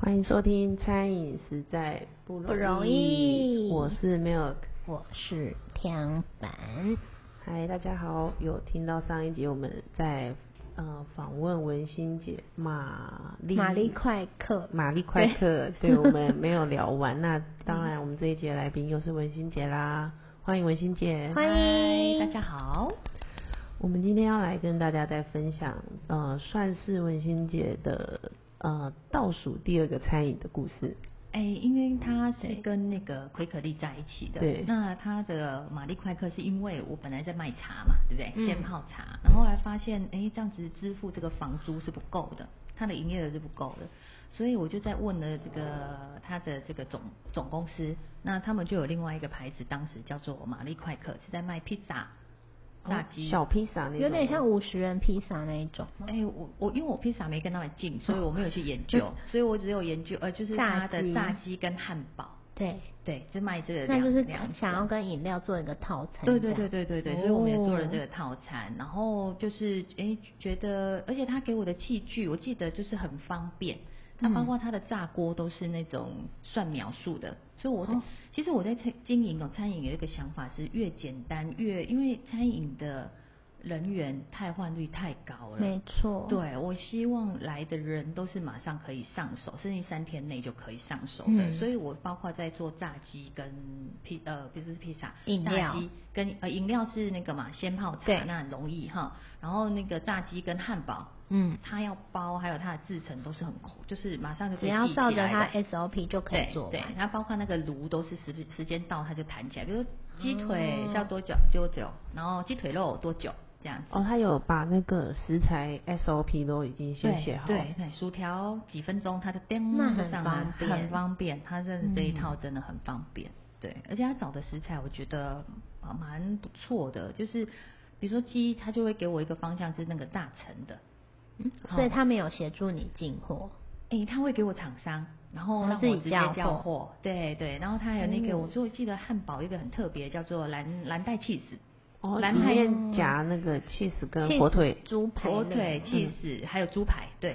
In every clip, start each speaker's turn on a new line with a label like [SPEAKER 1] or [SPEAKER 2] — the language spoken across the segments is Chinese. [SPEAKER 1] 欢迎收听《餐饮实在不容易》，
[SPEAKER 2] 不容易
[SPEAKER 1] 我是 Milk。
[SPEAKER 2] 我是天板，
[SPEAKER 1] 嗨，大家好，有听到上一集我们在呃访问文心姐玛丽
[SPEAKER 2] 玛丽快客，
[SPEAKER 1] 玛丽快客，对我们没有聊 完。那当然，我们这一节来宾又是文心姐啦，欢迎文心姐。
[SPEAKER 2] 欢迎
[SPEAKER 3] 嗨大家好。
[SPEAKER 1] 我们今天要来跟大家再分享，呃，算是文心姐的呃倒数第二个餐饮的故事。
[SPEAKER 3] 哎，因为他是
[SPEAKER 2] 对
[SPEAKER 3] 跟那个奎可丽在一起的。
[SPEAKER 1] 对
[SPEAKER 3] 那他的玛丽快客是因为我本来在卖茶嘛，对不对？
[SPEAKER 2] 嗯
[SPEAKER 3] 先泡茶，然后后来发现，哎，这样子支付这个房租是不够的，他的营业额是不够的，所以我就在问了这个他的这个总总公司，那他们就有另外一个牌子，当时叫做玛丽快客，是在卖披萨、炸鸡、
[SPEAKER 1] 哦小披萨那种，
[SPEAKER 2] 有点像五十元披萨那一种吗，
[SPEAKER 3] 哎、我我因为我披萨没跟他们进，所以我没有去研究，所以我只有研究呃，就是他
[SPEAKER 2] 炸
[SPEAKER 3] 的
[SPEAKER 2] 鸡
[SPEAKER 3] 炸鸡跟汉堡，
[SPEAKER 2] 对，
[SPEAKER 3] 对，就卖这个
[SPEAKER 2] 那
[SPEAKER 3] 两，
[SPEAKER 2] 就是
[SPEAKER 3] 两
[SPEAKER 2] 想要
[SPEAKER 3] 种
[SPEAKER 2] 跟饮料做一个套餐，
[SPEAKER 3] 对对对对对对，所以我们也做了这个
[SPEAKER 2] 哦
[SPEAKER 3] 套餐，然后就是哎觉得，而且他给我的器具，我记得就是很方便，它
[SPEAKER 2] 嗯
[SPEAKER 3] 包括它的炸锅都是那种算秒数的，所以我在、
[SPEAKER 2] 哦
[SPEAKER 3] 其实我在餐经营哦餐饮有一个想法是越简单越，因为餐饮的人员汰换率太高了，
[SPEAKER 2] 哦没错，，
[SPEAKER 3] 对，我希望来的人都是马上可以上手，甚至三天内就可以上手的。
[SPEAKER 2] 嗯
[SPEAKER 3] 所以我包括在做炸鸡跟披呃不是披萨，
[SPEAKER 2] 饮料
[SPEAKER 3] 炸鸡跟呃饮料是那个嘛，先泡
[SPEAKER 2] 对
[SPEAKER 3] 茶那很容易哈。然后那个炸鸡跟汉堡，
[SPEAKER 2] 嗯，
[SPEAKER 3] 它要包还有它的制成都是很恐，就是马上就可
[SPEAKER 2] 只
[SPEAKER 3] 以
[SPEAKER 2] 要
[SPEAKER 3] 记起
[SPEAKER 2] 照着
[SPEAKER 3] 来
[SPEAKER 2] 它
[SPEAKER 3] 的
[SPEAKER 2] SOP 就可以做
[SPEAKER 3] 对，
[SPEAKER 2] 完
[SPEAKER 3] 对，它包括那个炉都是时时间到它就弹起来，比如说鸡腿
[SPEAKER 2] 哦
[SPEAKER 3] 是要多久多久，然后鸡腿肉多久这样子。
[SPEAKER 1] 哦，他有把那个食材 SOP 都已经先写好，
[SPEAKER 3] 对对，薯条几分钟它就叮
[SPEAKER 2] 那
[SPEAKER 3] 就
[SPEAKER 2] 很
[SPEAKER 3] 上来
[SPEAKER 2] 方便
[SPEAKER 3] 很方便。它真的这一
[SPEAKER 2] 嗯
[SPEAKER 3] 套真的很方便，对，而且它找的食材我觉得啊蛮不错的，就是比如说鸡，它就会给我一个方向是那个大成的，
[SPEAKER 2] 嗯所以他们有协助你进货，
[SPEAKER 3] 诶，他会给我厂商，然后
[SPEAKER 2] 他
[SPEAKER 3] 让
[SPEAKER 2] 哦自
[SPEAKER 3] 我
[SPEAKER 2] 己
[SPEAKER 3] 直接
[SPEAKER 2] 叫货
[SPEAKER 3] 叫
[SPEAKER 2] 哎
[SPEAKER 3] 货。对对，然后他还有那个，我就记得汉堡有一个很特别，叫做蓝蓝带 cheese，
[SPEAKER 1] 哦，
[SPEAKER 3] 蓝
[SPEAKER 1] 里
[SPEAKER 3] 派
[SPEAKER 1] 面夹那个 cheese 跟火腿，
[SPEAKER 2] 猪排
[SPEAKER 3] 呃火
[SPEAKER 2] 类嗯
[SPEAKER 3] 腿
[SPEAKER 2] 的
[SPEAKER 3] cheese 还有猪排，对，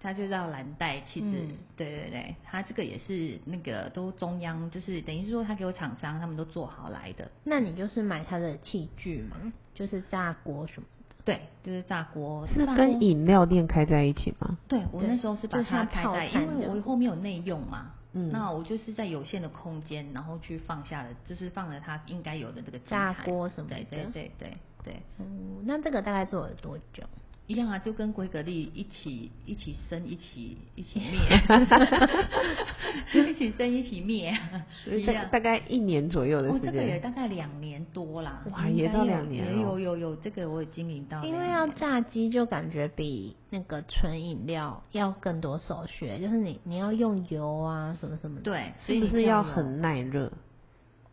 [SPEAKER 3] 它就叫蓝带 cheese，、
[SPEAKER 2] 嗯
[SPEAKER 3] 对对对，它这个也是那个都中央，就是等于是说他给我厂商他们都做好来的，
[SPEAKER 2] 那你就是买它的器具嘛，就是炸锅什么的，
[SPEAKER 3] 对，就是炸锅
[SPEAKER 1] 是
[SPEAKER 3] 炸锅
[SPEAKER 1] 跟饮料店开在一起吗？
[SPEAKER 3] 对我
[SPEAKER 2] 对
[SPEAKER 3] 那时候是把
[SPEAKER 2] 就
[SPEAKER 3] 它
[SPEAKER 2] 像
[SPEAKER 3] 开
[SPEAKER 2] 套
[SPEAKER 3] 在，
[SPEAKER 2] 餐
[SPEAKER 3] 因为
[SPEAKER 2] 的
[SPEAKER 3] 我后面有内用嘛，
[SPEAKER 1] 嗯
[SPEAKER 3] 那我就是在有限的空间，然后去放下了，就是放了它应该有的那个
[SPEAKER 2] 炸
[SPEAKER 3] 状态
[SPEAKER 2] 锅什么
[SPEAKER 3] 对对
[SPEAKER 2] 的
[SPEAKER 3] 对对对，
[SPEAKER 2] 嗯，那这个大概做了多久？
[SPEAKER 3] 一样啊，就跟龟蛤蜊一起一起生，一起一 起灭，一起生一起灭
[SPEAKER 1] 所以
[SPEAKER 3] 一
[SPEAKER 1] 大
[SPEAKER 3] 样。
[SPEAKER 1] 大概一年左右的
[SPEAKER 3] 哦，
[SPEAKER 1] 时
[SPEAKER 3] 这个
[SPEAKER 1] 间，
[SPEAKER 3] 也大概两年多啦，
[SPEAKER 1] 哇
[SPEAKER 3] 应
[SPEAKER 1] 也
[SPEAKER 3] 该
[SPEAKER 1] 到
[SPEAKER 3] 有
[SPEAKER 1] 两年
[SPEAKER 3] 也
[SPEAKER 1] 哦
[SPEAKER 3] 有有有，这个我也经营到两
[SPEAKER 2] 因
[SPEAKER 3] 年，
[SPEAKER 2] 为要炸鸡，就感觉比那个纯饮料要更多手续，就是你你要用油啊什么什么的。
[SPEAKER 3] 对，所
[SPEAKER 1] 是
[SPEAKER 3] 以
[SPEAKER 1] 不
[SPEAKER 3] 你
[SPEAKER 1] 是
[SPEAKER 3] 酱
[SPEAKER 1] 要
[SPEAKER 3] 油
[SPEAKER 1] 很耐热？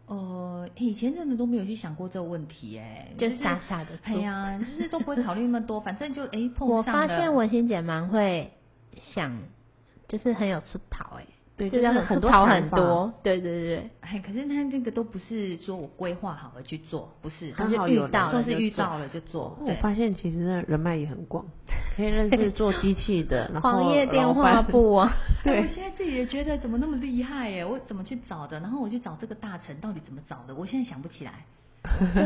[SPEAKER 3] 呃，以前真的都没有去想过这个问题，哎，
[SPEAKER 2] 就是傻傻地
[SPEAKER 3] 哎
[SPEAKER 2] 做
[SPEAKER 3] 呀，就是都不会考虑那么多，反 正就哎碰
[SPEAKER 2] 我
[SPEAKER 3] 上
[SPEAKER 2] 发
[SPEAKER 3] 了
[SPEAKER 2] 现文心姐蛮会想，就是很有出逃哎、
[SPEAKER 1] 对，
[SPEAKER 2] 就
[SPEAKER 1] 就是是很多
[SPEAKER 2] 逃
[SPEAKER 1] 想
[SPEAKER 2] 很
[SPEAKER 1] 法，
[SPEAKER 2] 多，对对对，
[SPEAKER 3] 哎，可是他这个都不是说我规划好了去做，不是，
[SPEAKER 1] 刚
[SPEAKER 3] 就
[SPEAKER 1] 好
[SPEAKER 3] 遇
[SPEAKER 1] 有
[SPEAKER 3] 到
[SPEAKER 2] 人
[SPEAKER 3] 都是遇
[SPEAKER 2] 就做
[SPEAKER 3] 到了就做。
[SPEAKER 1] 哦我
[SPEAKER 3] 对
[SPEAKER 1] 发现其实那人脉也很 广，可以认识做机器的，然后
[SPEAKER 2] 黄页电
[SPEAKER 1] 老
[SPEAKER 2] 话
[SPEAKER 1] 板
[SPEAKER 2] 簿啊，
[SPEAKER 3] 哎 我
[SPEAKER 1] 对，
[SPEAKER 3] 现在自己也觉得怎么那么厉害耶？我怎么去找的？然后我去找这个大臣到底怎么找的？我现在想不起来。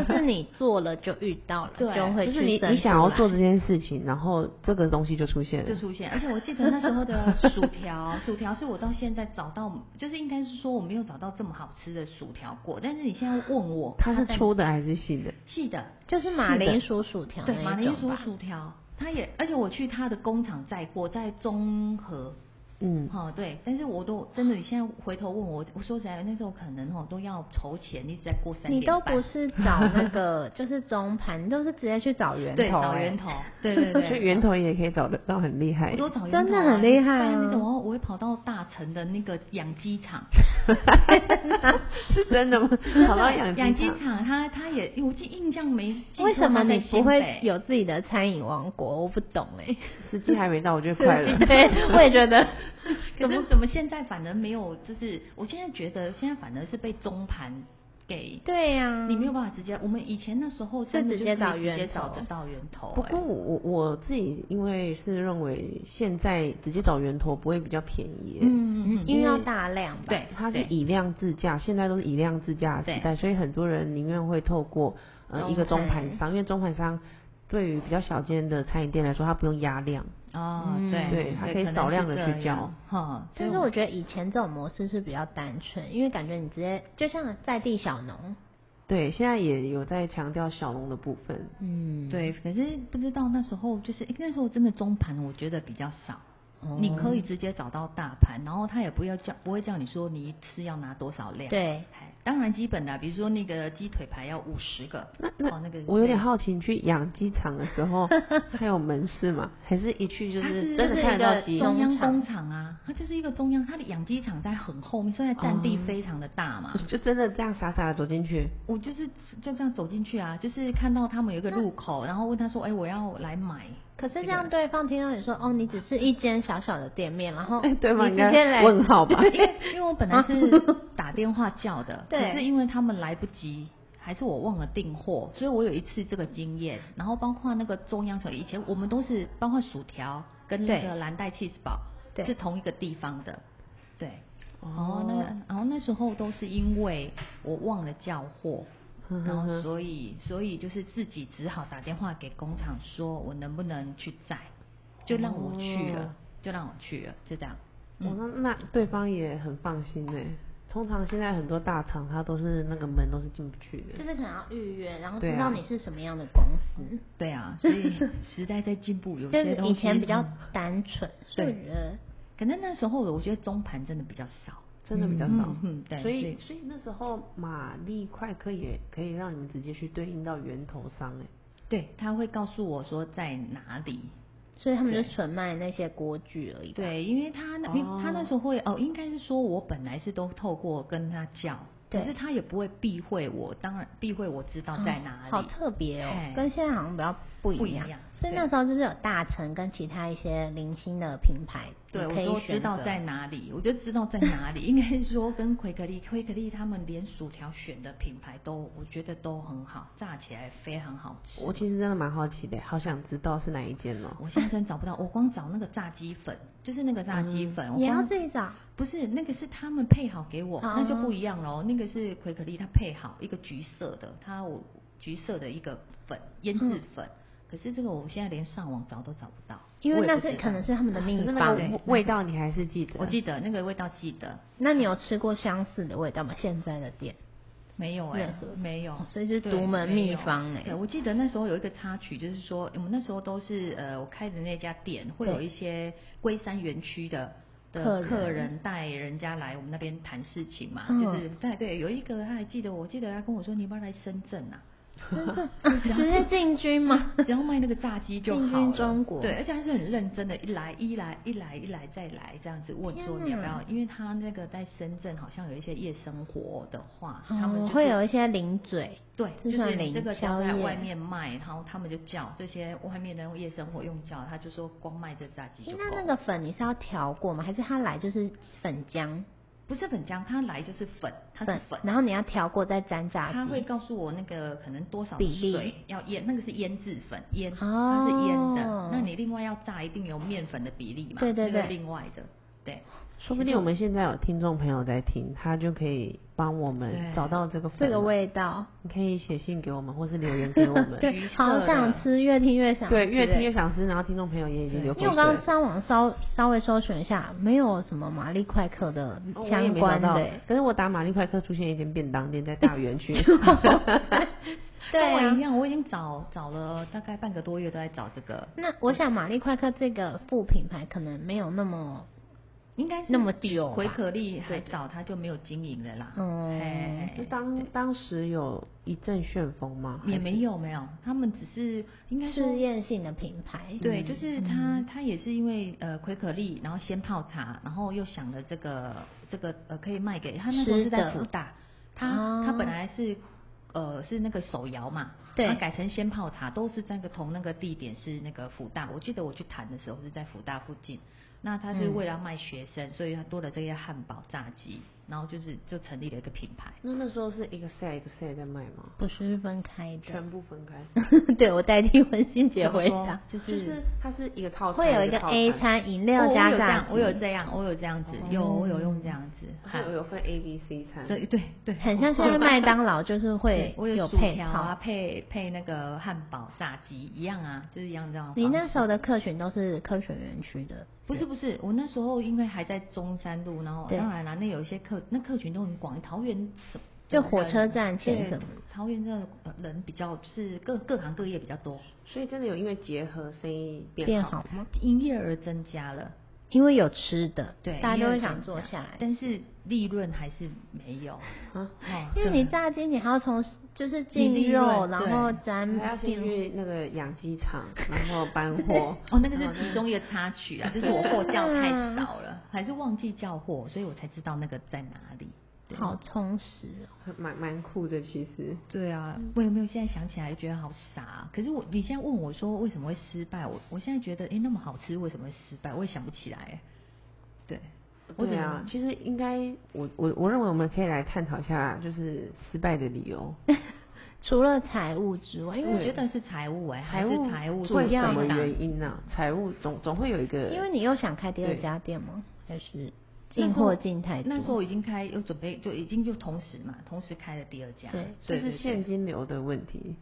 [SPEAKER 2] 就是你做了就遇到了，
[SPEAKER 3] 对
[SPEAKER 2] 就会
[SPEAKER 1] 就
[SPEAKER 2] 去
[SPEAKER 1] 是你
[SPEAKER 2] 生
[SPEAKER 1] 你想要
[SPEAKER 2] 出来
[SPEAKER 1] 做这件事情，然后这个东西就出现
[SPEAKER 3] 就
[SPEAKER 1] 了。
[SPEAKER 3] 出现，而且我记得那时候的薯条， 薯条是我到现在找到，就是应该是说我没有找到这么好吃的薯条过。但是你现在问我，
[SPEAKER 1] 它是
[SPEAKER 3] 在
[SPEAKER 1] 粗的还是细的？
[SPEAKER 3] 细的，
[SPEAKER 2] 就是马铃薯薯条那
[SPEAKER 3] 对，马
[SPEAKER 2] 一
[SPEAKER 3] 铃
[SPEAKER 2] 种
[SPEAKER 3] 薯
[SPEAKER 2] 吧。
[SPEAKER 3] 薯条，它也，而且我去它的工厂载过，在中和，
[SPEAKER 1] 嗯，
[SPEAKER 3] 哦，对，但是我都真的，你现在回头问我，我说实在，那时候可能哦都要筹钱，一直在过三
[SPEAKER 2] 你
[SPEAKER 3] 点半
[SPEAKER 2] 都不是找那个就是中盘，你都是直接去找源头、
[SPEAKER 3] 对找
[SPEAKER 2] 哎
[SPEAKER 3] 源头，对 对
[SPEAKER 1] 所 以
[SPEAKER 3] 对，
[SPEAKER 1] 源头也可以找得到，很厉害
[SPEAKER 3] 我。都找源头啊、
[SPEAKER 2] 真的很厉害啊
[SPEAKER 3] 对那种哦我会跑到大城的那个养鸡场，
[SPEAKER 1] 是真的吗？跑到养
[SPEAKER 3] 养
[SPEAKER 1] 鸡
[SPEAKER 3] 鸡
[SPEAKER 1] 场，
[SPEAKER 3] 场，他他也我记印象没记错，
[SPEAKER 2] 为什么
[SPEAKER 3] 它在
[SPEAKER 2] 你不
[SPEAKER 3] 新
[SPEAKER 2] 会
[SPEAKER 3] 北？
[SPEAKER 2] 有自己的餐饮王国？我不懂哎、
[SPEAKER 1] 时机还没到，我觉得快了。
[SPEAKER 2] 对，我也觉得。
[SPEAKER 3] 可是怎么现在反而没有？就是我现在觉得现在反而是被中盘 给
[SPEAKER 2] 对啊呀，
[SPEAKER 3] 你没有办法直接，我们以前那时候真的
[SPEAKER 2] 是直接
[SPEAKER 3] 就是
[SPEAKER 2] 找
[SPEAKER 3] 直
[SPEAKER 2] 源
[SPEAKER 3] 接
[SPEAKER 2] 头
[SPEAKER 3] 找得到源头、
[SPEAKER 1] 不过
[SPEAKER 3] 哎
[SPEAKER 1] 我我自己因为是认为现在直接找源头不会比较便宜，
[SPEAKER 3] 嗯嗯嗯，
[SPEAKER 2] 因为要大量吧，
[SPEAKER 3] 对
[SPEAKER 1] 它是
[SPEAKER 3] 对
[SPEAKER 1] 以量制价，现在都是以量制价的时代，所以很多人宁愿会透过呃
[SPEAKER 2] 中
[SPEAKER 1] 一个中
[SPEAKER 2] 盘
[SPEAKER 1] 盘商，因为中盘商对于比较小间的餐饮店来说，它不用压量，
[SPEAKER 3] 哦，
[SPEAKER 2] 嗯
[SPEAKER 3] 对
[SPEAKER 1] 对它可以
[SPEAKER 3] 能
[SPEAKER 1] 少量地
[SPEAKER 3] 是
[SPEAKER 1] 去
[SPEAKER 3] 这
[SPEAKER 1] 教
[SPEAKER 3] 样哈。
[SPEAKER 2] 但是我觉得以前这种模式是比较单纯，因为感觉你直接就像在地小农，
[SPEAKER 1] 对，现在也有在强调小农的部分，
[SPEAKER 2] 嗯，
[SPEAKER 3] 对，可是不知道那时候就是诶那时候真的中盘，我觉得比较少。
[SPEAKER 2] 哦
[SPEAKER 3] 你可以直接找到大盘，然后他也不要叫，不会叫你说你一次要拿多少量。
[SPEAKER 2] 对
[SPEAKER 3] 哎，当然基本的啊，比如说那个鸡腿排要五十个。
[SPEAKER 1] 那那,、
[SPEAKER 3] 哦那个
[SPEAKER 1] 我有点好奇，你去养鸡场的时 候还有门市吗？还是一去就
[SPEAKER 3] 它是
[SPEAKER 1] 真
[SPEAKER 2] 就
[SPEAKER 1] 的
[SPEAKER 2] 是
[SPEAKER 1] 看
[SPEAKER 2] 一
[SPEAKER 1] 得到
[SPEAKER 2] 个
[SPEAKER 1] 鸡？
[SPEAKER 3] 中央
[SPEAKER 2] 农场
[SPEAKER 3] 工厂啊，它就是一个中央，它的养鸡场在很后面，所以它占地非常的大嘛。
[SPEAKER 1] 就真的这样傻傻的走进去？
[SPEAKER 3] 我就是就这样走进去啊，就是看到他们有一个路口，然后问他说：“哎、我要来买。
[SPEAKER 2] 可是这样对方听到你说哦，你只是一间小小的店面，然后
[SPEAKER 1] 哎、对吗？
[SPEAKER 2] 你
[SPEAKER 1] 应
[SPEAKER 2] 直
[SPEAKER 1] 该
[SPEAKER 2] 接来
[SPEAKER 1] 问号 吧？
[SPEAKER 3] 因为因为我
[SPEAKER 1] 啊
[SPEAKER 3] 本 来是打电话叫的，可
[SPEAKER 2] 对
[SPEAKER 3] 是因为他们来不及，还是我忘了订货，所以我有一次这个经验。然后包括那个中央城，以前我们都是包括薯条跟那
[SPEAKER 2] 对
[SPEAKER 3] 个蓝带 cheese 堡
[SPEAKER 2] 对
[SPEAKER 3] 是同一个地方的，对。
[SPEAKER 1] 哦
[SPEAKER 3] 哦，那然后那时候都是因为我忘了叫货，
[SPEAKER 1] 嗯哼
[SPEAKER 3] 然
[SPEAKER 1] 哼
[SPEAKER 3] 后
[SPEAKER 1] 哼
[SPEAKER 3] 所以所以就是自己只好打电话给工厂说，我能不能去载，就让我去了，
[SPEAKER 1] 哦
[SPEAKER 3] 就让我去了，就这样。
[SPEAKER 1] 哦，那那对方也很放心呢。通常现在很多大厂，它都是那个门都是进不去的。
[SPEAKER 2] 就是可能要预约，然后
[SPEAKER 1] 对
[SPEAKER 2] 知
[SPEAKER 1] 啊
[SPEAKER 2] 道你是什么样的公司，
[SPEAKER 3] 对啊，所以时代在进 步，有
[SPEAKER 2] 就
[SPEAKER 3] 些
[SPEAKER 2] 是
[SPEAKER 3] 东西
[SPEAKER 2] 以前比较
[SPEAKER 3] 嗯
[SPEAKER 2] 单纯，所以我觉得
[SPEAKER 3] 可能那时候我觉得中盘真的比较少，
[SPEAKER 1] 真的比较少，
[SPEAKER 3] 嗯嗯对
[SPEAKER 1] 所
[SPEAKER 3] 所
[SPEAKER 1] 以
[SPEAKER 3] 以
[SPEAKER 1] 所以那时候马力快可以可以让你们直接去对应到源头商哎，
[SPEAKER 3] 对，他会告诉我说在哪里。
[SPEAKER 2] 所以他们就纯卖那些锅具而已吧，
[SPEAKER 3] 对，因为他那、
[SPEAKER 1] 哦
[SPEAKER 3] 他那时候会哦，应该是说我本来是都透过跟他叫，
[SPEAKER 2] 对
[SPEAKER 3] 可是他也不会避讳我，当然避讳我知道
[SPEAKER 2] 嗯
[SPEAKER 3] 在哪里。
[SPEAKER 2] 好特别哦
[SPEAKER 3] 嘿，
[SPEAKER 2] 跟现在好像比较不
[SPEAKER 3] 不
[SPEAKER 2] 一
[SPEAKER 3] 一
[SPEAKER 2] 样
[SPEAKER 3] 样。
[SPEAKER 2] 所以
[SPEAKER 3] 对
[SPEAKER 2] 那时候就是有大成跟其他一些零星的品牌，
[SPEAKER 3] 对，
[SPEAKER 2] 你
[SPEAKER 3] 我
[SPEAKER 2] 可以
[SPEAKER 3] 说
[SPEAKER 2] 选
[SPEAKER 3] 知道
[SPEAKER 2] 择
[SPEAKER 3] 在哪里，我就知道在哪里。应 该是说跟奎克利、奎克利他们连薯条选的品牌都，我觉得都很好，炸起来非常好吃。
[SPEAKER 1] 我其实真的蛮好奇的，好想知道是哪一间哦。
[SPEAKER 3] 我先生找不到，我光找那个炸鸡粉，就是那个炸鸡粉，我
[SPEAKER 2] 也嗯要
[SPEAKER 3] 光
[SPEAKER 2] 自己找。
[SPEAKER 3] 不是那个是他们配好给我，
[SPEAKER 2] 哦
[SPEAKER 3] 那就不一样喽。那个是奎可丽他配好一个橘色的，它我橘色的一个粉腌
[SPEAKER 2] 嗯
[SPEAKER 3] 制粉，可是这个我现在连上网找都找不到，
[SPEAKER 2] 因为
[SPEAKER 3] 我也
[SPEAKER 2] 那
[SPEAKER 3] 不
[SPEAKER 2] 是
[SPEAKER 3] 知
[SPEAKER 2] 可
[SPEAKER 3] 道
[SPEAKER 2] 能是他们 的秘
[SPEAKER 1] 可是那个
[SPEAKER 2] 方。
[SPEAKER 3] 对
[SPEAKER 1] 味味道你还是记得？
[SPEAKER 3] 欸我记得那个味道记得
[SPEAKER 2] 那你有吃过相似的味道吗？现在的 店
[SPEAKER 3] 没有哎、
[SPEAKER 2] 任何
[SPEAKER 3] 没有
[SPEAKER 2] 哦，所以是
[SPEAKER 3] 对
[SPEAKER 2] 独门
[SPEAKER 3] 没有
[SPEAKER 2] 秘方欸
[SPEAKER 3] 对，我记得那时候有一个插曲，就是说我们那时候都是呃，我开的那家店会有
[SPEAKER 2] 对
[SPEAKER 3] 一些龟山园区的。
[SPEAKER 2] 客
[SPEAKER 3] 的
[SPEAKER 2] 人
[SPEAKER 3] 客人带人家来我们那边谈事情嘛，
[SPEAKER 2] 嗯
[SPEAKER 3] 就是对对，有一个他还记得，我记得他跟我说你要不要来深圳啊？
[SPEAKER 2] 直接进军吗？哦
[SPEAKER 3] 只要卖那个炸鸡就
[SPEAKER 2] 进军
[SPEAKER 3] 好了。
[SPEAKER 2] 中国
[SPEAKER 3] 对，而且还是很认真的，一来一来一来一来再来这样子问说
[SPEAKER 2] 天
[SPEAKER 3] 你要不
[SPEAKER 2] 哪
[SPEAKER 3] 要？因为他那个在深圳好像有一些夜生活的话，他们、就
[SPEAKER 2] 嗯，
[SPEAKER 3] 是
[SPEAKER 2] 会有一些零嘴，
[SPEAKER 3] 对，
[SPEAKER 2] 就
[SPEAKER 3] 就是是你
[SPEAKER 2] 零
[SPEAKER 3] 这个
[SPEAKER 2] 宵
[SPEAKER 3] 叫在
[SPEAKER 2] 夜
[SPEAKER 3] 外面卖，然后他们就叫这些外面的夜生活用叫，他就说光卖这炸鸡
[SPEAKER 2] 诶
[SPEAKER 3] 就够
[SPEAKER 2] 那
[SPEAKER 3] 了。
[SPEAKER 2] 那个粉你是要调过吗？还是它来就是粉浆
[SPEAKER 3] 不是粉浆，他来就是粉，他是
[SPEAKER 2] 粉
[SPEAKER 3] 粉，，
[SPEAKER 2] 然后你要调过再沾炸
[SPEAKER 3] 他会
[SPEAKER 2] 鸡？
[SPEAKER 3] 告诉我那个可能多少
[SPEAKER 2] 比例
[SPEAKER 3] 水要腌，那个是腌制粉，腌、
[SPEAKER 2] 哦
[SPEAKER 3] 它是腌的。那你另外要炸，一定有面粉的比例嘛？
[SPEAKER 2] 对对
[SPEAKER 3] 这个
[SPEAKER 2] 对
[SPEAKER 3] 另外的，对
[SPEAKER 1] 说不定我们现在有听众朋友在听，他就可以帮我们
[SPEAKER 3] 对
[SPEAKER 1] 找到这个
[SPEAKER 2] 这
[SPEAKER 1] 粉
[SPEAKER 2] 个
[SPEAKER 1] 了，
[SPEAKER 2] 味道，
[SPEAKER 1] 你可以写信给我们，或是留言给我们。
[SPEAKER 2] 对
[SPEAKER 3] 橘，色
[SPEAKER 2] 好
[SPEAKER 3] 的
[SPEAKER 2] 想吃，越听越想吃。
[SPEAKER 1] 对，越听
[SPEAKER 2] 诶
[SPEAKER 1] 越想吃，然后听众朋友也已经流
[SPEAKER 2] 因
[SPEAKER 1] 口
[SPEAKER 2] 为我
[SPEAKER 1] 水
[SPEAKER 2] 刚
[SPEAKER 1] 了
[SPEAKER 2] 刚。上网稍稍微搜寻一下，没有什么玛丽快克的
[SPEAKER 1] 哦我也
[SPEAKER 2] 相
[SPEAKER 1] 没找
[SPEAKER 2] 关的
[SPEAKER 1] 到
[SPEAKER 2] 欸。，
[SPEAKER 1] 可是我打马利快克出现一间便当店在大园 区，
[SPEAKER 2] 对
[SPEAKER 3] 跟我
[SPEAKER 2] 啊
[SPEAKER 3] 一，样，我已经找找了大概半个多月都在找这个，
[SPEAKER 2] 那我想玛丽快克这个副品牌可能没有那么
[SPEAKER 3] 应该是
[SPEAKER 2] 那么
[SPEAKER 3] 比
[SPEAKER 2] 久吧
[SPEAKER 3] 奎可丽
[SPEAKER 2] 对
[SPEAKER 3] 还早，他就没有经营了啦。
[SPEAKER 2] 嗯
[SPEAKER 3] 嘿
[SPEAKER 1] 就当当时有一阵旋风吗？
[SPEAKER 3] 也
[SPEAKER 1] 还是
[SPEAKER 3] 没有没有，他们只是应该说
[SPEAKER 2] 试验性的品牌。嗯
[SPEAKER 3] 对，就是他，他也是因为呃奎可丽，然后先泡茶，然后又想了这个这个呃可以卖给他那时候
[SPEAKER 2] 吃
[SPEAKER 3] 是在
[SPEAKER 2] 的
[SPEAKER 3] 福大，他、
[SPEAKER 2] 哦
[SPEAKER 3] 他本来是呃是那个手摇嘛，
[SPEAKER 2] 对
[SPEAKER 3] 他改成先泡茶，都是在那个同那个地点是那个福大，我记得我去谈的时
[SPEAKER 2] 嗯
[SPEAKER 3] 候是在福大附近，那他是为了卖学生，所以他多了这些汉堡炸鸡，然后就是就成立了一个品牌。
[SPEAKER 1] 那那时候是一个 set 一个 set 在卖吗？
[SPEAKER 2] 不是分开的，
[SPEAKER 1] 全部分开，
[SPEAKER 2] 对我代替文心姐
[SPEAKER 3] 怎么
[SPEAKER 2] 回
[SPEAKER 3] 说
[SPEAKER 2] 答，
[SPEAKER 3] 就
[SPEAKER 1] 就是是它是一个套餐，
[SPEAKER 2] 会有一
[SPEAKER 1] 个
[SPEAKER 2] 个
[SPEAKER 1] 套
[SPEAKER 2] A 餐饮料
[SPEAKER 3] 我
[SPEAKER 2] 加
[SPEAKER 3] 我有这
[SPEAKER 2] 炸
[SPEAKER 3] 样，
[SPEAKER 2] 鸡，
[SPEAKER 3] 哦
[SPEAKER 2] 哦
[SPEAKER 3] 我有这样，我有这样子，有我有用这样子，
[SPEAKER 1] 它有有分 A、B、C 餐，
[SPEAKER 3] 对对对，
[SPEAKER 2] 很像现在麦当劳就是
[SPEAKER 3] 对
[SPEAKER 2] 会
[SPEAKER 3] 我有薯
[SPEAKER 2] 配
[SPEAKER 3] 条
[SPEAKER 2] 套
[SPEAKER 3] 啊，。配配那个汉堡、炸鸡一样啊，就是一样这样的方式。
[SPEAKER 2] 你那时候的客群都是科学园区的，
[SPEAKER 3] 不是不是，我那时候因为还在中山路，然后
[SPEAKER 2] 对
[SPEAKER 3] 当然啦，那有一些客那客群都很广，桃园什么
[SPEAKER 2] 就火车站
[SPEAKER 3] 对
[SPEAKER 2] 前什么
[SPEAKER 3] 桃园这呃人比较就是各各行各业比较多，
[SPEAKER 1] 所以真的有因为结合生意
[SPEAKER 2] 变
[SPEAKER 1] 好
[SPEAKER 2] 好吗？
[SPEAKER 3] 营业额增加了，
[SPEAKER 2] 因为有吃的，
[SPEAKER 3] 对，
[SPEAKER 2] 大家都会
[SPEAKER 3] 营业额
[SPEAKER 2] 想
[SPEAKER 3] 增
[SPEAKER 2] 坐
[SPEAKER 3] 加
[SPEAKER 2] 下来。
[SPEAKER 3] 但是利润还是没有，
[SPEAKER 1] 啊，
[SPEAKER 3] 哦
[SPEAKER 2] 因为
[SPEAKER 3] 对
[SPEAKER 2] 你炸鸡，你还要从就是
[SPEAKER 3] 你利
[SPEAKER 2] 进
[SPEAKER 3] 润
[SPEAKER 2] 肉，然后
[SPEAKER 3] 对，
[SPEAKER 2] 沾
[SPEAKER 1] 还要先
[SPEAKER 2] 变
[SPEAKER 1] 去那个养鸡场，然后搬货
[SPEAKER 3] 哦，那个是其中一个插曲啊，就是我货叫太少了，还是忘记叫货，所以我才知道那个在哪里。对
[SPEAKER 2] 好充实哦。
[SPEAKER 1] 蛮蛮酷的其实。
[SPEAKER 3] 对啊，我有没有现在想起来觉得好傻啊、可是我你现在问我说为什么会失败，我我现在觉得哎、诶那么好吃为什么会失败，我也想不起来、诶对，我
[SPEAKER 1] 对
[SPEAKER 3] 怎
[SPEAKER 1] 啊
[SPEAKER 3] 么，
[SPEAKER 1] 其实应该我我我认为我们可以来探讨一下，就是失败的理由。
[SPEAKER 2] 哦 除了财务之外，因为
[SPEAKER 3] 我觉得是财务哎、还
[SPEAKER 1] 财
[SPEAKER 3] 是
[SPEAKER 1] 务
[SPEAKER 3] 财务
[SPEAKER 1] 为
[SPEAKER 3] 最
[SPEAKER 1] 什么
[SPEAKER 3] 大
[SPEAKER 1] 原因呢、财务总总会有一个，
[SPEAKER 2] 因为你又想开第二
[SPEAKER 1] 对
[SPEAKER 2] 家店吗？还是
[SPEAKER 3] 那
[SPEAKER 2] 进
[SPEAKER 3] 时候
[SPEAKER 2] 货进太多？
[SPEAKER 3] 那时候我已经开，又准备就已经就同时嘛，同时开了第二家，
[SPEAKER 2] 对
[SPEAKER 1] 这
[SPEAKER 3] 对
[SPEAKER 1] 是
[SPEAKER 3] 对
[SPEAKER 1] 现金流的问题，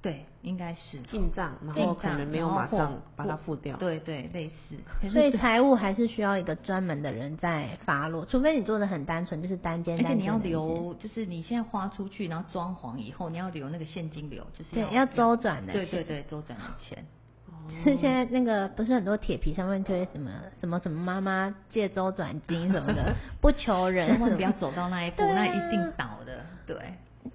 [SPEAKER 3] 对，应该是
[SPEAKER 1] 进账，然
[SPEAKER 3] 进
[SPEAKER 1] 后
[SPEAKER 3] 账
[SPEAKER 1] 可能没有
[SPEAKER 3] 然后
[SPEAKER 1] 马上
[SPEAKER 3] 货
[SPEAKER 1] 把它付掉。
[SPEAKER 3] 对对，类似。可是
[SPEAKER 2] 所以财务还是需要一个专门的人在发落，除非你做的很单纯，就是单间
[SPEAKER 3] 而
[SPEAKER 2] 单
[SPEAKER 3] 且
[SPEAKER 2] 间。
[SPEAKER 3] 你要
[SPEAKER 2] 单间，
[SPEAKER 3] 留，就是你现在花出去，然后装潢以后，你要留那个现金流，就是
[SPEAKER 2] 对，要周转的。
[SPEAKER 3] 对对。对，周转的 钱。
[SPEAKER 1] 哦
[SPEAKER 2] 是现在那个不是很多铁皮上面推什么什么什么妈妈借周转金什么 的，不求人什
[SPEAKER 3] 千
[SPEAKER 2] 么
[SPEAKER 3] 万
[SPEAKER 2] 的。
[SPEAKER 3] 不要走到那一步，
[SPEAKER 2] 对啊
[SPEAKER 3] 那一定倒的。对，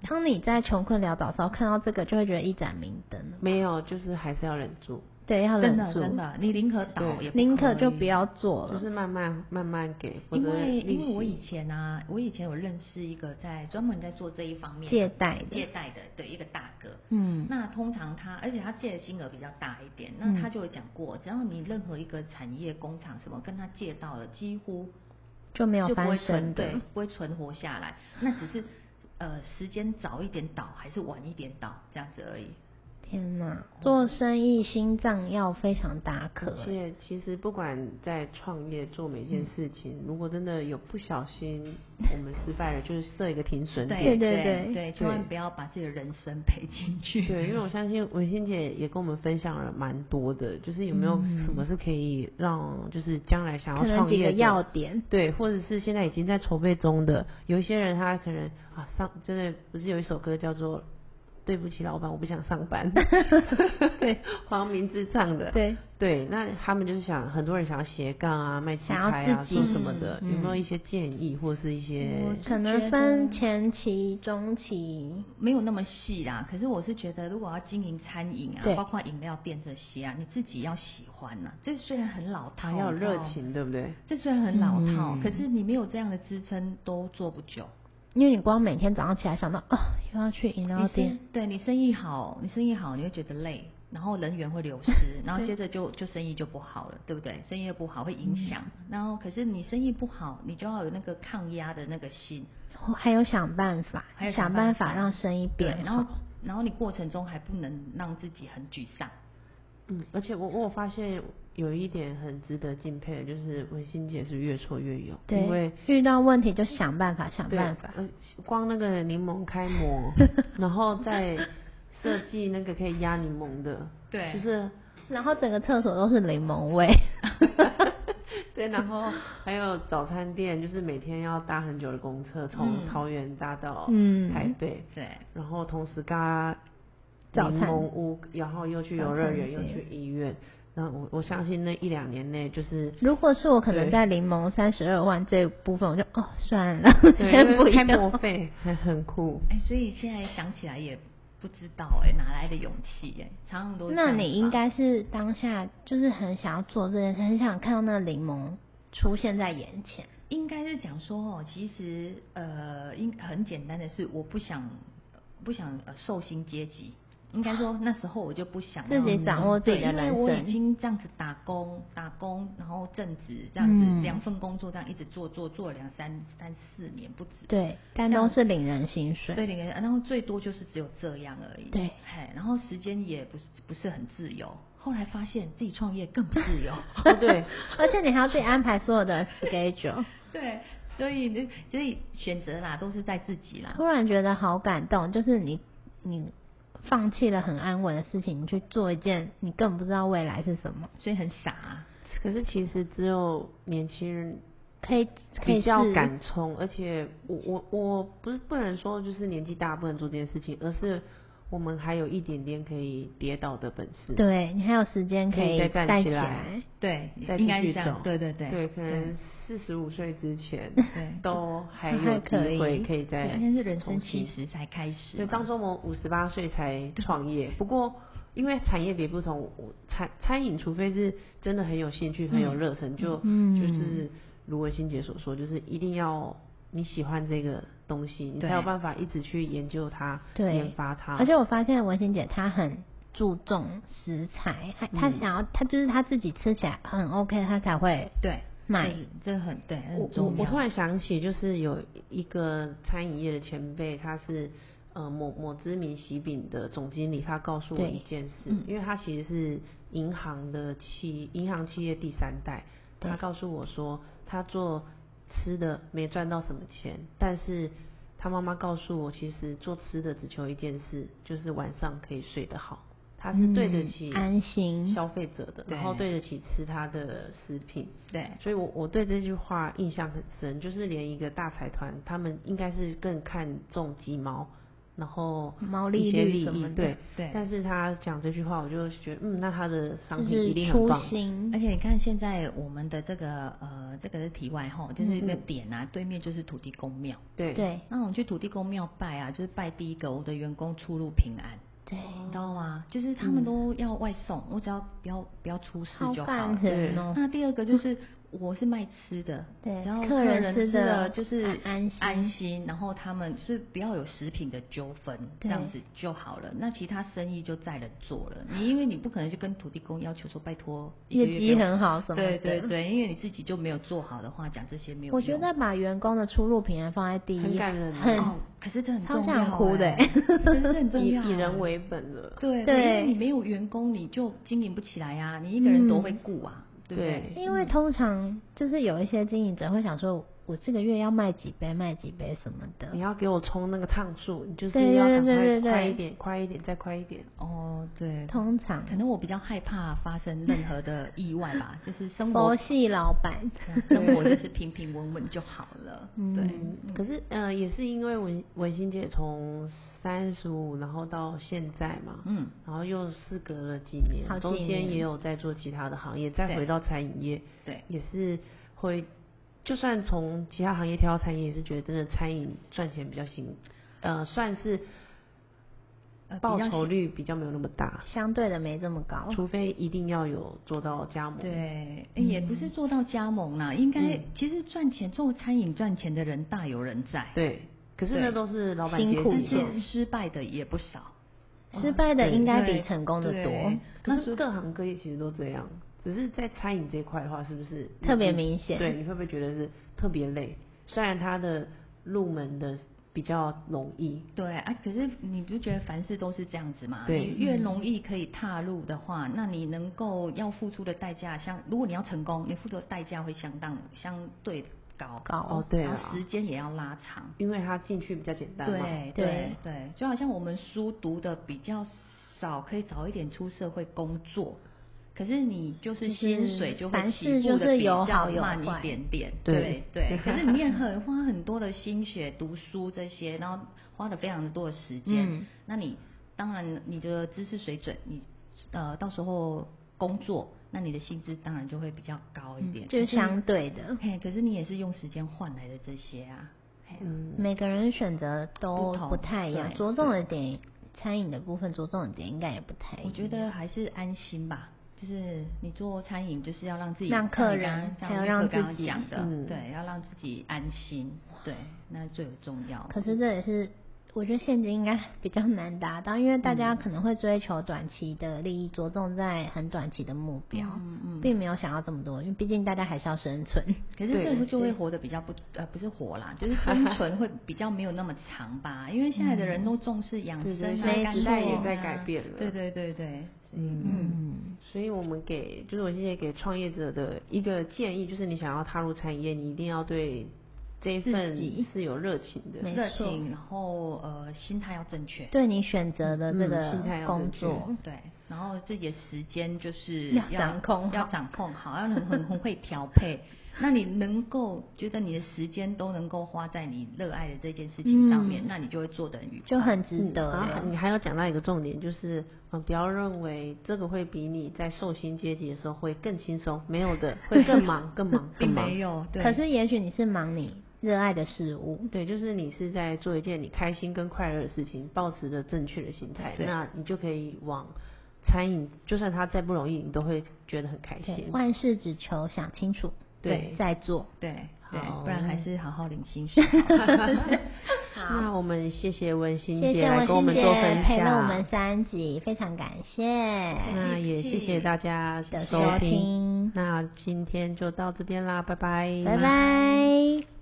[SPEAKER 2] 当你在穷困潦倒的时候看到这个，就会觉得一盏明灯。
[SPEAKER 1] 没有，就是还是要忍住，
[SPEAKER 2] 对，要
[SPEAKER 3] 真
[SPEAKER 2] 忍
[SPEAKER 3] 的
[SPEAKER 2] 住，
[SPEAKER 3] 真的，你宁可倒也不
[SPEAKER 2] 宁可就
[SPEAKER 3] 以
[SPEAKER 2] 不。要做
[SPEAKER 1] 就
[SPEAKER 2] 了。
[SPEAKER 1] 是慢慢慢慢给，否
[SPEAKER 3] 因
[SPEAKER 1] 则
[SPEAKER 3] 为因
[SPEAKER 1] 利
[SPEAKER 3] 为我
[SPEAKER 1] 息
[SPEAKER 3] 以前啊，我以前有认识一个在专门在做这一方面
[SPEAKER 2] 借贷的
[SPEAKER 3] 借贷的的一个大哥，
[SPEAKER 2] 嗯，
[SPEAKER 3] 那通常他，而且他借的金额比较大一点，那
[SPEAKER 2] 嗯
[SPEAKER 3] 他就有讲过，只要你任何一个产业、工厂什么跟他借到了，几乎
[SPEAKER 2] 就没有
[SPEAKER 3] 就不
[SPEAKER 2] 翻
[SPEAKER 3] 会
[SPEAKER 2] 身
[SPEAKER 3] 存，
[SPEAKER 2] 的
[SPEAKER 3] 对。，不会存活下来。那只是呃时间早一点倒还是晚一点倒这样子而已。
[SPEAKER 2] 天哪，做生意心脏要非常大颗。
[SPEAKER 1] 而且其实不管在创业做每
[SPEAKER 2] 嗯
[SPEAKER 1] 件事情，如果真的有不小心我们失败了，就是设一个停损
[SPEAKER 3] 对
[SPEAKER 1] 点。
[SPEAKER 2] 对
[SPEAKER 3] 对
[SPEAKER 2] 对
[SPEAKER 3] 对，千万不要把自己的人生赔进去。
[SPEAKER 1] 对，因为我相信文心姐也跟我们分享了蛮多的，就是有没有什么是可以让就是将来想
[SPEAKER 2] 嗯
[SPEAKER 1] 要
[SPEAKER 2] 可能
[SPEAKER 1] 创
[SPEAKER 2] 几
[SPEAKER 1] 业
[SPEAKER 2] 个
[SPEAKER 1] 的
[SPEAKER 2] 要点，
[SPEAKER 1] 对，或者是现在已经在筹备中的，有一些人他可能啊上真的不是有一首歌叫做《对不起老板，我不想上班》， 对，黄明志唱的，
[SPEAKER 2] 对，
[SPEAKER 1] 对，那他们就是想很多人想要斜杠啊，卖鸡
[SPEAKER 2] 想要
[SPEAKER 1] 排啊，
[SPEAKER 2] 自己
[SPEAKER 1] 做什么的，
[SPEAKER 3] 嗯
[SPEAKER 1] 有没有一些建议或是一些
[SPEAKER 3] 我
[SPEAKER 2] 可能分前期、中期，
[SPEAKER 3] 没有那么细啦，可是我是觉得，如果要经营餐饮啊
[SPEAKER 2] 对，
[SPEAKER 3] 包括饮料店这些啊，你自己要喜欢呐、这虽然很老套，
[SPEAKER 1] 还要有热
[SPEAKER 3] 哦
[SPEAKER 1] 情，对不对？
[SPEAKER 3] 这虽然很老套，
[SPEAKER 1] 嗯
[SPEAKER 3] 可是你没有这样的支撑都做不久。
[SPEAKER 2] 因为你光每天早上起来想到哦，又要去饮料
[SPEAKER 3] 你生
[SPEAKER 2] 店，
[SPEAKER 3] 对你生意好，你生意好，你会觉得累，然后人员会流 失，然后接着就就生意就不好了，对不对？生意又不好会影
[SPEAKER 2] 嗯
[SPEAKER 3] 响，然后可是你生意不好，你就要有那个抗压的那个心，
[SPEAKER 2] 还有想办法
[SPEAKER 3] 还，有
[SPEAKER 2] 想
[SPEAKER 3] 想办
[SPEAKER 2] 法
[SPEAKER 3] 法
[SPEAKER 2] 让生意
[SPEAKER 3] 对，
[SPEAKER 2] 变
[SPEAKER 3] 然后
[SPEAKER 2] 好。
[SPEAKER 3] 然后你过程中还不能让自己很沮丧，
[SPEAKER 1] 嗯，而且我我有发现有一点很值得敬佩的，就是文心姐是越挫越勇，
[SPEAKER 2] 对
[SPEAKER 1] 因为，
[SPEAKER 2] 遇到问题就想办法，想
[SPEAKER 1] 对
[SPEAKER 2] 办法。
[SPEAKER 1] 呃光那个柠檬开 模，然后再设计那个可以压柠檬的，
[SPEAKER 3] 对
[SPEAKER 1] 就是
[SPEAKER 2] 然后整个厕所都是柠檬味，
[SPEAKER 1] 对，然后还有早餐店，就是每天要搭很久的公车，从
[SPEAKER 3] 嗯
[SPEAKER 1] 桃园搭到
[SPEAKER 2] 嗯
[SPEAKER 1] 台北，
[SPEAKER 3] 对，
[SPEAKER 1] 然后同时嘎
[SPEAKER 2] 早
[SPEAKER 1] 柠
[SPEAKER 2] 餐
[SPEAKER 1] 檬屋，然后又去游乐园，
[SPEAKER 2] 早
[SPEAKER 1] 又
[SPEAKER 2] 餐
[SPEAKER 1] 去
[SPEAKER 2] 店
[SPEAKER 1] 医院。然后我我相信那一两年内就是。
[SPEAKER 2] 如果是我，可能
[SPEAKER 1] 对
[SPEAKER 2] 在柠檬三十二万这部分，我就哦算了，
[SPEAKER 1] 对
[SPEAKER 2] 先
[SPEAKER 1] 因
[SPEAKER 2] 不
[SPEAKER 1] 为开
[SPEAKER 2] 要
[SPEAKER 1] 模。费还很酷，
[SPEAKER 3] 哎，所以现在想起来也不知道哎、哪来的勇气哎、常常都是这
[SPEAKER 2] 那
[SPEAKER 3] 样
[SPEAKER 2] 你
[SPEAKER 3] 吧
[SPEAKER 2] 应该是当下就是很想要做这件事，很想看到那柠檬出现在眼前。
[SPEAKER 3] 应该是讲说哦，其实呃，应很简单的是，我不想不想呃受薪阶级，应该 说那时候我就不想
[SPEAKER 2] 自己
[SPEAKER 3] 要
[SPEAKER 2] 掌握自己的
[SPEAKER 3] 对
[SPEAKER 2] 人
[SPEAKER 3] 因为我已
[SPEAKER 2] 生。
[SPEAKER 3] 经这样子打工，打工，然后正职这样子、
[SPEAKER 2] 嗯
[SPEAKER 3] 两份工作这样一直做做做了两三三四年不止，
[SPEAKER 2] 对，但
[SPEAKER 3] 这
[SPEAKER 2] 都
[SPEAKER 3] 样
[SPEAKER 2] 是领人薪水。
[SPEAKER 3] 对，零个然后最多就是只有这样而已。
[SPEAKER 2] 对
[SPEAKER 3] 嘿，然后时间也不是不是很自由。后来发现自己创业更不 自由。
[SPEAKER 1] 哦对，
[SPEAKER 2] 而且你还要自己安排所有的 schedule。
[SPEAKER 3] 对，所以那所以选择啦，都是在自己啦。
[SPEAKER 2] 突然觉得好感动，就是你你放弃了很安稳的事情，你去做一件你根本不知道未来是什么，
[SPEAKER 3] 所以很傻、啊。
[SPEAKER 1] 可是其实只有年轻人
[SPEAKER 2] 可以可以
[SPEAKER 1] 比较
[SPEAKER 2] 自
[SPEAKER 1] 敢冲，而且我我我不是不能说就是年纪大不能做这件事情，而是我们还有一点点可以跌倒的本事。
[SPEAKER 2] 对你还有时间
[SPEAKER 1] 可以
[SPEAKER 2] 以
[SPEAKER 1] 再站
[SPEAKER 2] 带
[SPEAKER 1] 起来
[SPEAKER 2] 来，
[SPEAKER 3] 对，
[SPEAKER 1] 再继
[SPEAKER 3] 应该
[SPEAKER 1] 续
[SPEAKER 3] 是这样
[SPEAKER 1] 走。
[SPEAKER 3] 对对对。
[SPEAKER 1] 对，可能四十五岁之前
[SPEAKER 3] 对
[SPEAKER 1] 都还
[SPEAKER 2] 还
[SPEAKER 1] 有机
[SPEAKER 2] 可以
[SPEAKER 1] 会可以再
[SPEAKER 3] 对，现在是人生
[SPEAKER 1] 重新
[SPEAKER 3] 七十才开始嘛。
[SPEAKER 1] 就当初我们五十八岁才创业，不过因为产业别不同，我餐餐饮除非是真的很有兴趣、很有热忱，就、
[SPEAKER 2] 嗯
[SPEAKER 1] 就是如文欣姐所说，就是一定要你喜欢这个东西，你才
[SPEAKER 3] 对
[SPEAKER 1] 有办法一直去研究它、
[SPEAKER 2] 对
[SPEAKER 1] 研发它。
[SPEAKER 2] 而且我发现文心姐她很注重食材，她她
[SPEAKER 1] 嗯
[SPEAKER 2] 想要她就是她自己吃起来很 OK，她才会
[SPEAKER 3] 对，
[SPEAKER 2] 买
[SPEAKER 3] 这这很对，
[SPEAKER 1] 我
[SPEAKER 3] 很
[SPEAKER 1] 我
[SPEAKER 3] 重
[SPEAKER 1] 我
[SPEAKER 3] 要。
[SPEAKER 1] 突然想起，就是有一个餐饮业的前辈，他是呃某某知名喜饼的总经理，他告诉我
[SPEAKER 2] 对
[SPEAKER 1] 一件事，
[SPEAKER 3] 嗯
[SPEAKER 1] 因为他其实是银行的企银行企业第三代，
[SPEAKER 2] 对
[SPEAKER 1] 他告诉我说，他做吃的没赚到什么钱，但是他妈妈告诉我，其实做吃的只求一件事，就是晚上可以睡得好，他是对得
[SPEAKER 2] 嗯
[SPEAKER 1] 起
[SPEAKER 2] 安心。
[SPEAKER 1] 消费者的，
[SPEAKER 3] 对
[SPEAKER 1] 然后对得起吃他的食品。
[SPEAKER 3] 对
[SPEAKER 1] 所以我我对这句话印象很深，就是连一个大财团，他们应该是更看重鸡毛，然后
[SPEAKER 2] 毛
[SPEAKER 1] 一
[SPEAKER 2] 利
[SPEAKER 1] 些利
[SPEAKER 2] 率什么
[SPEAKER 1] 益，
[SPEAKER 2] 的
[SPEAKER 1] 对。
[SPEAKER 3] 对。
[SPEAKER 1] 但是他讲这句话，我就觉得，嗯，那他的商
[SPEAKER 2] 就
[SPEAKER 1] 品一
[SPEAKER 2] 是
[SPEAKER 1] 定很
[SPEAKER 2] 初
[SPEAKER 1] 棒。
[SPEAKER 2] 心
[SPEAKER 3] 而，且你看，现在我们的这个呃，这个是题外
[SPEAKER 1] 嗯
[SPEAKER 3] 哈，就是一个点啊，对面就是土地公庙。
[SPEAKER 1] 对
[SPEAKER 2] 对
[SPEAKER 3] 那我们去土地公庙拜啊，就是拜第一个，我的员工出入平安，
[SPEAKER 1] 哦
[SPEAKER 2] 对，
[SPEAKER 3] 你知道吗？就是他们都要外送，我只要不要不要出事
[SPEAKER 2] 好
[SPEAKER 3] 就好嗯
[SPEAKER 2] 感
[SPEAKER 3] 了。
[SPEAKER 2] 人
[SPEAKER 1] 对
[SPEAKER 2] 哦。
[SPEAKER 3] 那第二个就是我是卖吃的，
[SPEAKER 2] 对
[SPEAKER 3] 只要
[SPEAKER 2] 客人
[SPEAKER 3] 人
[SPEAKER 2] 吃
[SPEAKER 3] 吃
[SPEAKER 2] 的
[SPEAKER 3] 了就是
[SPEAKER 2] 安心
[SPEAKER 3] 安心，然后他们是不要有食品的纠纷，这
[SPEAKER 2] 对
[SPEAKER 3] 样子就好了。那其他生意就在人做了，你因为你不可能去跟土地公要求说拜托一个
[SPEAKER 2] 业
[SPEAKER 3] 月
[SPEAKER 2] 绩
[SPEAKER 3] 给我
[SPEAKER 2] 很好什么的。
[SPEAKER 3] 对对对，因为你自己就没有做好的话，讲这些没有用。
[SPEAKER 2] 我觉得把员工的出入平安放在第一，
[SPEAKER 1] 很感人
[SPEAKER 2] 很
[SPEAKER 3] 哦，可是这很
[SPEAKER 2] 超
[SPEAKER 3] 重要、
[SPEAKER 2] 想哭的
[SPEAKER 3] 哎真的很重
[SPEAKER 1] 以
[SPEAKER 3] 要、啊
[SPEAKER 1] 以人。为本了。
[SPEAKER 3] 对
[SPEAKER 2] 啊对
[SPEAKER 3] 因为你没有员工，你就经营不起来呀、你一个人都会顾啊，对不对？
[SPEAKER 2] 因为通常就是有一些经营者会想说，我这个月要卖几杯，卖几杯什么的
[SPEAKER 1] 你。要给我冲那个趟数，你就
[SPEAKER 2] 对
[SPEAKER 1] 是要赶快
[SPEAKER 2] 对对对对
[SPEAKER 1] 快一点，快一点，再快一点。
[SPEAKER 3] 哦，对，
[SPEAKER 2] 通常
[SPEAKER 3] 可能我比较害怕发生任何的意外 吧，就是生活
[SPEAKER 2] 佛，
[SPEAKER 1] 哦
[SPEAKER 2] 系老板，
[SPEAKER 3] 生活就是平平稳稳就好 了。对，
[SPEAKER 2] 嗯，
[SPEAKER 1] 可是，呃，也是因为文文心姐从三十五，然后到现在嘛，
[SPEAKER 3] 嗯，
[SPEAKER 1] 然后又事隔了几
[SPEAKER 2] 好
[SPEAKER 1] 年，
[SPEAKER 2] 几
[SPEAKER 1] 中间
[SPEAKER 2] 年
[SPEAKER 1] 也有在做其他的行业，再
[SPEAKER 3] 对
[SPEAKER 1] 回到餐饮业，
[SPEAKER 3] 对，
[SPEAKER 1] 也是会，就算从其他行业跳到餐饮，也是觉得真的餐饮赚钱比较辛，呃，算是
[SPEAKER 3] 呃
[SPEAKER 1] 报
[SPEAKER 3] 比较
[SPEAKER 1] 酬率比较没有那么大，
[SPEAKER 2] 相对的没这么高。
[SPEAKER 1] 除非一定要有做到加盟，
[SPEAKER 3] 对，
[SPEAKER 1] 嗯
[SPEAKER 3] 诶也不是做到加盟啦，应该其实赚钱做餐饮赚钱的人大有人在，
[SPEAKER 1] 对，可是那
[SPEAKER 3] 对
[SPEAKER 1] 都是老板
[SPEAKER 2] 辛
[SPEAKER 1] 阶
[SPEAKER 2] 苦
[SPEAKER 1] 级
[SPEAKER 3] 但
[SPEAKER 2] 一点
[SPEAKER 1] 嘛，
[SPEAKER 3] 是失败的也不少。
[SPEAKER 2] 哦失败的应该比
[SPEAKER 3] 对
[SPEAKER 2] 成功的
[SPEAKER 3] 对
[SPEAKER 2] 多，
[SPEAKER 1] 可
[SPEAKER 3] 那
[SPEAKER 1] 是各行各业其实都这样，只是在餐饮这一块的话，是不是
[SPEAKER 2] 特别
[SPEAKER 1] 你
[SPEAKER 2] 明显
[SPEAKER 1] 对，你会不会觉得是特别累？虽然它的入门的比较容易，
[SPEAKER 3] 对啊，可是你不觉得凡事都是这样子吗？
[SPEAKER 1] 对
[SPEAKER 3] 你越容易可以踏入的话，那你能够要付出的代价，像如果你要成功，你付出的代价会相当相对高，
[SPEAKER 2] 高
[SPEAKER 1] 哦，对
[SPEAKER 3] 然
[SPEAKER 1] 啊
[SPEAKER 3] 后，时间也要拉长。
[SPEAKER 1] 因为它进去比较简单嘛。
[SPEAKER 3] 对
[SPEAKER 2] 对
[SPEAKER 3] 对对，就好像我们书读的比较少，可以早一点出社会工作，可是你就是薪水就会
[SPEAKER 2] 凡
[SPEAKER 3] 起
[SPEAKER 2] 事
[SPEAKER 3] 步
[SPEAKER 2] 就
[SPEAKER 3] 的
[SPEAKER 2] 是
[SPEAKER 3] 比
[SPEAKER 2] 有
[SPEAKER 3] 较
[SPEAKER 2] 好有
[SPEAKER 3] 慢
[SPEAKER 2] 坏
[SPEAKER 3] 一点点，
[SPEAKER 1] 对
[SPEAKER 3] 对对。可是你也很花很多的心血读书这些，然后花了非常多的时间，
[SPEAKER 2] 嗯
[SPEAKER 3] 那你当然你的知识水准，你呃到时候工作，那你的薪资当然就会比较高一点，
[SPEAKER 2] 嗯
[SPEAKER 3] 嗯
[SPEAKER 2] 就是
[SPEAKER 3] 可是
[SPEAKER 2] 相对的，
[SPEAKER 3] 嘿，可是你也是用时间换来的这些啊，嘿
[SPEAKER 1] 嗯，
[SPEAKER 2] 每个人选择都
[SPEAKER 3] 不同
[SPEAKER 2] 不太一样，
[SPEAKER 3] 对
[SPEAKER 2] 着重的点，餐饮的部分着重的点应该也不太一样。
[SPEAKER 3] 我觉得还是安心吧，就是你做餐饮，就是要让自己
[SPEAKER 2] 让
[SPEAKER 3] 像
[SPEAKER 2] 客
[SPEAKER 3] 你刚
[SPEAKER 2] 人
[SPEAKER 3] 像
[SPEAKER 2] 还有
[SPEAKER 3] 瑞
[SPEAKER 2] 让
[SPEAKER 3] 克
[SPEAKER 2] 自
[SPEAKER 3] 刚刚
[SPEAKER 2] 己
[SPEAKER 3] 讲的，
[SPEAKER 1] 嗯
[SPEAKER 3] 对，要让自己安心，对，那最为重要。
[SPEAKER 2] 可是这也是我觉得现金应该比较难达到，因为大
[SPEAKER 1] 嗯
[SPEAKER 2] 家可能会追求短期的利益，着重在很短期的目标，
[SPEAKER 3] 嗯嗯
[SPEAKER 2] 并没有想要这么多，因为毕竟大家还是要生存。
[SPEAKER 3] 可是
[SPEAKER 1] 对
[SPEAKER 3] 这个就会活得比较不呃不是活啦，就是生存会比较没有那么长吧，因为现在的人都重视养
[SPEAKER 1] 对对
[SPEAKER 3] 生啊，
[SPEAKER 1] 所以
[SPEAKER 3] 干
[SPEAKER 2] 时代
[SPEAKER 3] 净
[SPEAKER 2] 也
[SPEAKER 3] 啊
[SPEAKER 1] 在改变了
[SPEAKER 3] 对对对对，
[SPEAKER 1] 嗯，所以我们给就是我现在给创业者的一个建议，就是你想要踏入产业，你一定要对这一份
[SPEAKER 2] 自己
[SPEAKER 1] 是有热情的。
[SPEAKER 2] 没
[SPEAKER 3] 热
[SPEAKER 2] 错
[SPEAKER 3] 情，然后呃心态要正确，
[SPEAKER 2] 对你选择的这
[SPEAKER 1] 嗯
[SPEAKER 2] 个
[SPEAKER 1] 心态要
[SPEAKER 2] 工
[SPEAKER 1] 正确
[SPEAKER 2] 作，
[SPEAKER 3] 对，然后自己的时间就是
[SPEAKER 2] 要掌控
[SPEAKER 3] 要
[SPEAKER 2] 好
[SPEAKER 3] 掌控好，要很 很很会调配。那你能够觉得你的时间都能够花在你热爱的这件事情上面，
[SPEAKER 2] 嗯
[SPEAKER 3] 那你就会做得很愉快。
[SPEAKER 2] 就很值
[SPEAKER 1] 嗯
[SPEAKER 2] 得欸
[SPEAKER 1] 然
[SPEAKER 2] 了
[SPEAKER 1] 后。你还有讲到一个重点，就是嗯，不要认为这个会比你在受薪阶级的时候会更轻松，没有的，会更忙、更忙、更
[SPEAKER 3] 并
[SPEAKER 1] 忙
[SPEAKER 3] 没。有，对，
[SPEAKER 2] 可是也许你是忙你热爱的事物，
[SPEAKER 1] 对，就是你是在做一件你开心跟快乐的事情，保持着正确的心态，
[SPEAKER 3] 对
[SPEAKER 1] 那你就可以往餐饮，就算它再不容易，你都会觉得很开
[SPEAKER 2] 对
[SPEAKER 1] 心。
[SPEAKER 2] 万事只求想清楚，
[SPEAKER 1] 对
[SPEAKER 2] 再做。
[SPEAKER 3] 对对
[SPEAKER 1] 好，
[SPEAKER 3] 不然还是好好领 薪水好了。
[SPEAKER 1] 那我们谢谢温馨
[SPEAKER 2] 谢
[SPEAKER 1] 姐
[SPEAKER 2] 谢
[SPEAKER 1] 来
[SPEAKER 2] 文
[SPEAKER 1] 跟我
[SPEAKER 2] 心
[SPEAKER 1] 们
[SPEAKER 2] 姐
[SPEAKER 1] 做分享，
[SPEAKER 2] 陪了我们三集，非常感谢
[SPEAKER 1] 那也谢谢大家
[SPEAKER 2] 的
[SPEAKER 1] 收
[SPEAKER 2] 收
[SPEAKER 1] 听，
[SPEAKER 2] 听，
[SPEAKER 1] 那今天就到这边啦，拜拜，
[SPEAKER 2] 拜拜。